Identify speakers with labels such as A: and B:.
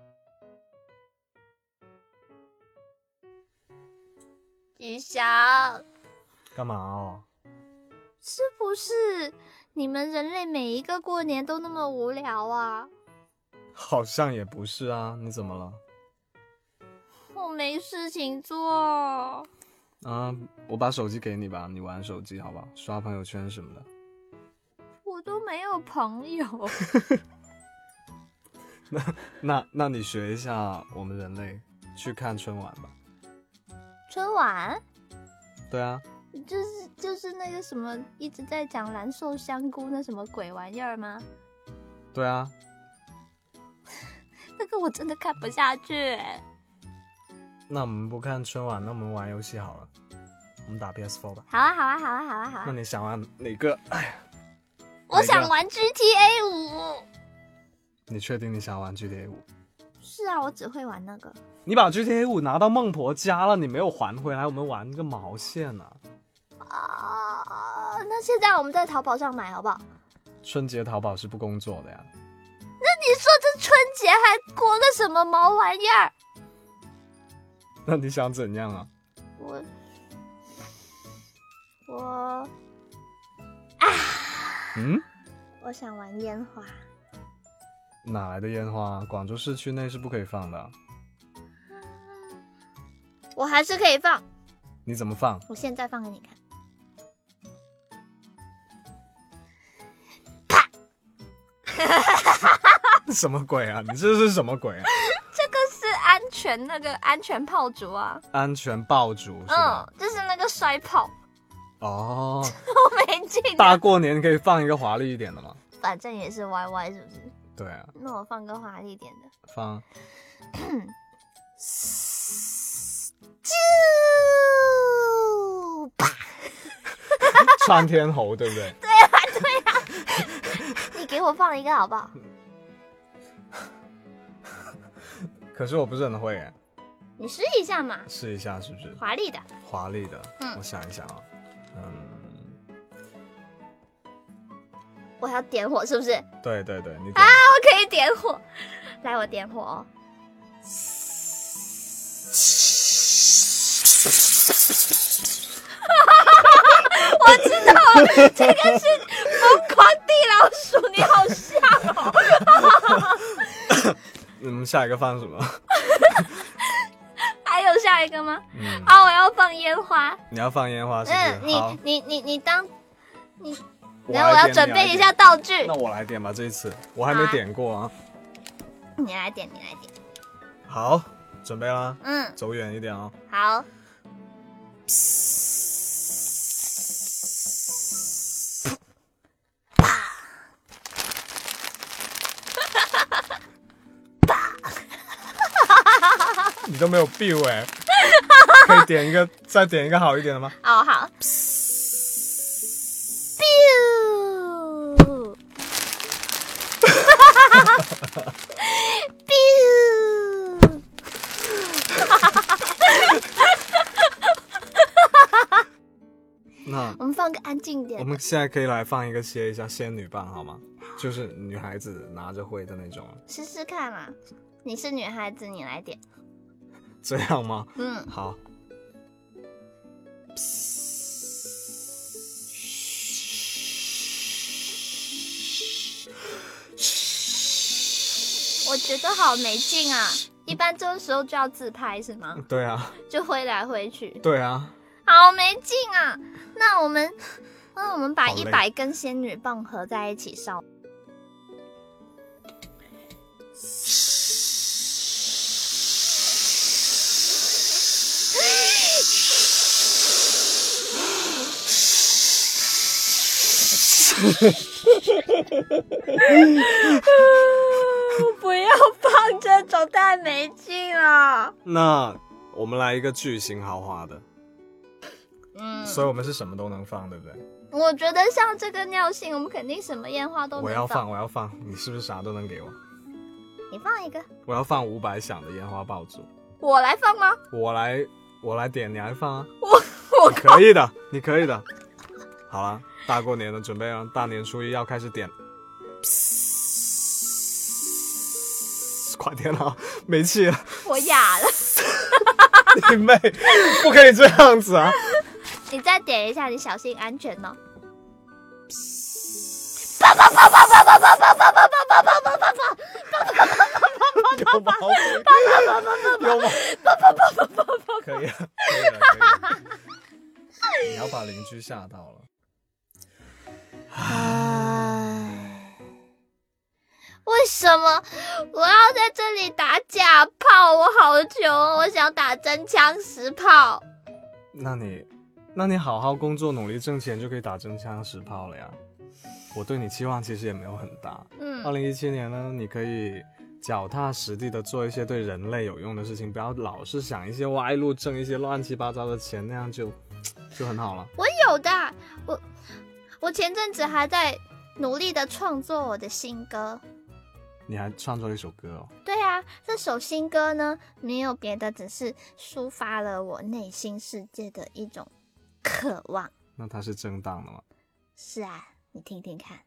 A: 嗯
B: 云翔，
A: 干嘛哦？
B: 是不是你们人类每一个过年都那么无聊啊？
A: 好像也不是啊，你怎么了？
B: 我没事情做。
A: 嗯，我把手机给你吧，你玩手机好不好？刷朋友圈什么的。
B: 我都没有朋友，
A: 那那你学一下我们人类去看春晚吧。
B: 春晚
A: 对啊，
B: 就是就是那个什么一直在讲蓝瘦香菇那什么鬼玩意儿吗？
A: 对啊，
B: 那个我真的看不下去、
A: 那我们不看春晚，那我们玩游戏好了，我们打 PS4 吧。
B: 好啊好啊好啊好啊好
A: 那
B: 啊！
A: 你想玩哪个？哎呀，
B: 我想玩 GTA 五。
A: 你确定你想玩 GTA 五？
B: 是啊，我只会玩那个。
A: 你把 GTA 五拿到孟婆家了，你没有还回来，我们玩个毛线啊！
B: 啊，那现在我们在淘宝上买好不好？
A: 春节淘宝是不工作的呀。
B: 你说这春节还过个什么毛玩意儿？
A: 那你想怎样啊？
B: 我我
A: 嗯，
B: 我想玩烟花。
A: 哪来的烟花？广州市区内是不可以放的。
B: 我还是可以放，
A: 你怎么放？
B: 我现在放给你看。
A: 什么鬼啊？你这是什么鬼啊？
B: 这个是安全那个安全炮竹啊，
A: 安全爆竹是吧
B: 嗯？，就是那个摔炮， 嗯
A: 哦，
B: 我没劲啊。
A: 大过年可以放一个华丽一点的吗？
B: 反正也是 YY 是不是？
A: 对啊，
B: 那我放个华丽点的。
A: 放
B: 啾！啪！
A: 窜天猴，对不对？
B: 你给我放一个好不好？
A: 可是我不是很会耶，
B: 你试一下嘛，
A: 试一下是不是？
B: 华丽的。
A: 华丽的，
B: 嗯
A: 我想一想啊，嗯，
B: 我要点火是不是？我
A: 对对对，你
B: 可以点火，来我点火哦。 我知道了，这个是疯狂地老鼠，你好像哦。
A: 你们下一个放什么？
B: 还有下一个吗？
A: 嗯，
B: 啊，我要放烟花。
A: 你要放烟花是
B: 嗯，
A: 不是？好
B: 你，你你你当，你，
A: 我
B: 然后我
A: 来
B: 要
A: 点
B: 准备一下。
A: 你来点
B: 道具
A: 那。我来点吧，这一次我还
B: 好
A: 没
B: 啊
A: 点过啊。
B: 你来点，你来点。
A: 好，准备啦，
B: 嗯，
A: 走远一点啊。
B: 好。
A: 你都没有 b 哎，可以点一个，再点一个好一点的吗？
B: 哦，好。biu biu，
A: 那
B: 我们放个安静一点
A: 我
B: 的。
A: 们现在可以来放一个切一下仙女棒好吗？就是女孩子拿着挥的那种，
B: 试试看嘛。你是女孩子，你来点。
A: 这样吗？
B: 嗯，
A: 好，
B: 我觉得好没劲啊。一般这个时候就要自拍是吗？
A: 对啊，
B: 就挥来挥去，
A: 对啊，
B: 好没劲啊。那我们，那我们把
A: 好累
B: 一百根仙女棒合在一起烧。 不要放这种，太没劲了。
A: 那我们来一个巨型豪华的，
B: 嗯，
A: 所以我们是什么都能放，对不对？
B: 我觉得像这个尿性，我们肯定什么烟花都能
A: 我要放，我要放，你是不是啥都能给我？
B: 你放一个，
A: 我要放五百响的烟花爆竹，
B: 我来放吗？
A: 我来，我来点，你来放啊，
B: 我
A: 你可以的，你可以的。好了，大过年的准备了，大年初一要开始点，快点了，没气了。
B: 我哑了。
A: 你妹，不可以这样 子啊！
B: 你再点一下，你小心安全哦。
A: 有毛病，有毛病，可以啊，可以啊，可以啊。你要把邻居吓到了。
B: 为什么我要在这里打假炮？我好穷，我想打真枪实炮。
A: 那你，那你好好工作，努力挣钱，就可以打真枪实炮了呀。我对你期望其实也没有很大。二
B: 嗯，
A: 零一七年呢，你可以脚踏实地的做一些对人类有用的事情，不要老是想一些歪路，挣一些乱七八糟的钱，那样就就很好了。
B: 我有的，啊我我前阵子还在努力的创作我的新歌。
A: 你还创作了一首歌哦，
B: 对啊，这首新歌呢，没有别的，只是抒发了我内心世界的一种渴望。
A: 那它是正当的吗？
B: 是啊，你听听看。